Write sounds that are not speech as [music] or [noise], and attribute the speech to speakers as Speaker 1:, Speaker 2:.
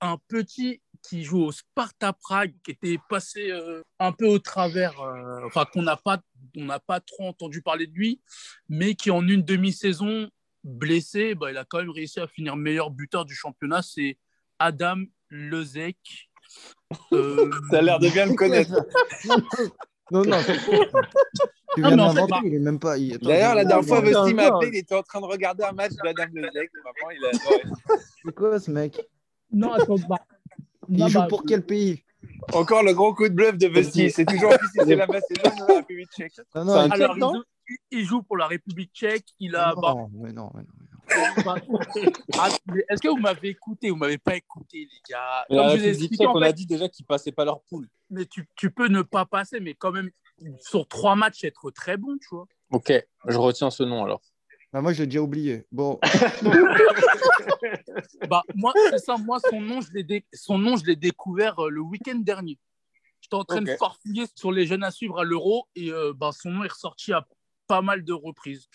Speaker 1: un petit qui joue au Sparta Prague, qui était passé euh, un peu au travers, euh, enfin qu'on n'a pas, on n'a pas trop entendu parler de lui, mais qui en une demi-saison blessé, bah, il a quand même réussi à finir meilleur buteur du championnat. C'est Adam
Speaker 2: [laughs]
Speaker 1: Lezec. Euh,
Speaker 2: Ça a l'air de bien le connaître.
Speaker 3: [laughs]
Speaker 4: Non,
Speaker 2: [laughs]
Speaker 4: non, c'est- tu
Speaker 1: Non,
Speaker 4: viens
Speaker 1: mais en fait,
Speaker 4: d'inventer, il est même pas. il- attends,
Speaker 2: D'ailleurs, la
Speaker 4: il-
Speaker 2: dernière fois,
Speaker 4: il-
Speaker 2: Vesti m'a
Speaker 4: encore.
Speaker 2: appelé, il était en train de regarder un match d'Adam Lezec. Vraiment, il a [laughs] adoré.
Speaker 4: C'est quoi ce mec
Speaker 5: Non, attends, bah,
Speaker 4: Il
Speaker 5: non,
Speaker 4: joue
Speaker 5: bah,
Speaker 1: euh,
Speaker 4: pour quel pays
Speaker 2: Encore le gros coup de bluff de Vesti. C'est toujours en plus si [laughs] c'est la Macédoine ou la République tchèque.
Speaker 4: Non,
Speaker 2: C'est
Speaker 4: non,
Speaker 2: un
Speaker 4: il-
Speaker 2: quel
Speaker 1: alors, il,
Speaker 2: temps
Speaker 1: joue- il- il joue pour la République tchèque. Il a.
Speaker 4: non,
Speaker 1: bah,
Speaker 4: mais non, mais non.
Speaker 1: bah, [laughs] ah, mais Est-ce que vous m'avez écouté Vous m'avez pas écouté, les gars.
Speaker 3: Mais la
Speaker 1: Comme je vous ai
Speaker 3: République
Speaker 1: expliqué,
Speaker 3: tchèque,
Speaker 1: en
Speaker 3: on
Speaker 1: fait,
Speaker 3: a dit déjà qu'ils passaient pas leur poule.
Speaker 1: mais tu, tu peux ne pas passer, mais quand même, sur trois matchs, être très bon, tu vois.
Speaker 3: Ok, je retiens ce nom alors.
Speaker 4: Bah, moi, je l'ai déjà oublié. Bon,
Speaker 1: Bah, moi, c'est ça, moi, son nom, je l'ai dé- son nom, je l'ai découvert euh, le week-end dernier. J'étais en train de
Speaker 3: Ok.
Speaker 1: farfouiller sur les jeunes à suivre à l'Euro et euh, bah, son nom est ressorti à pas mal de reprises.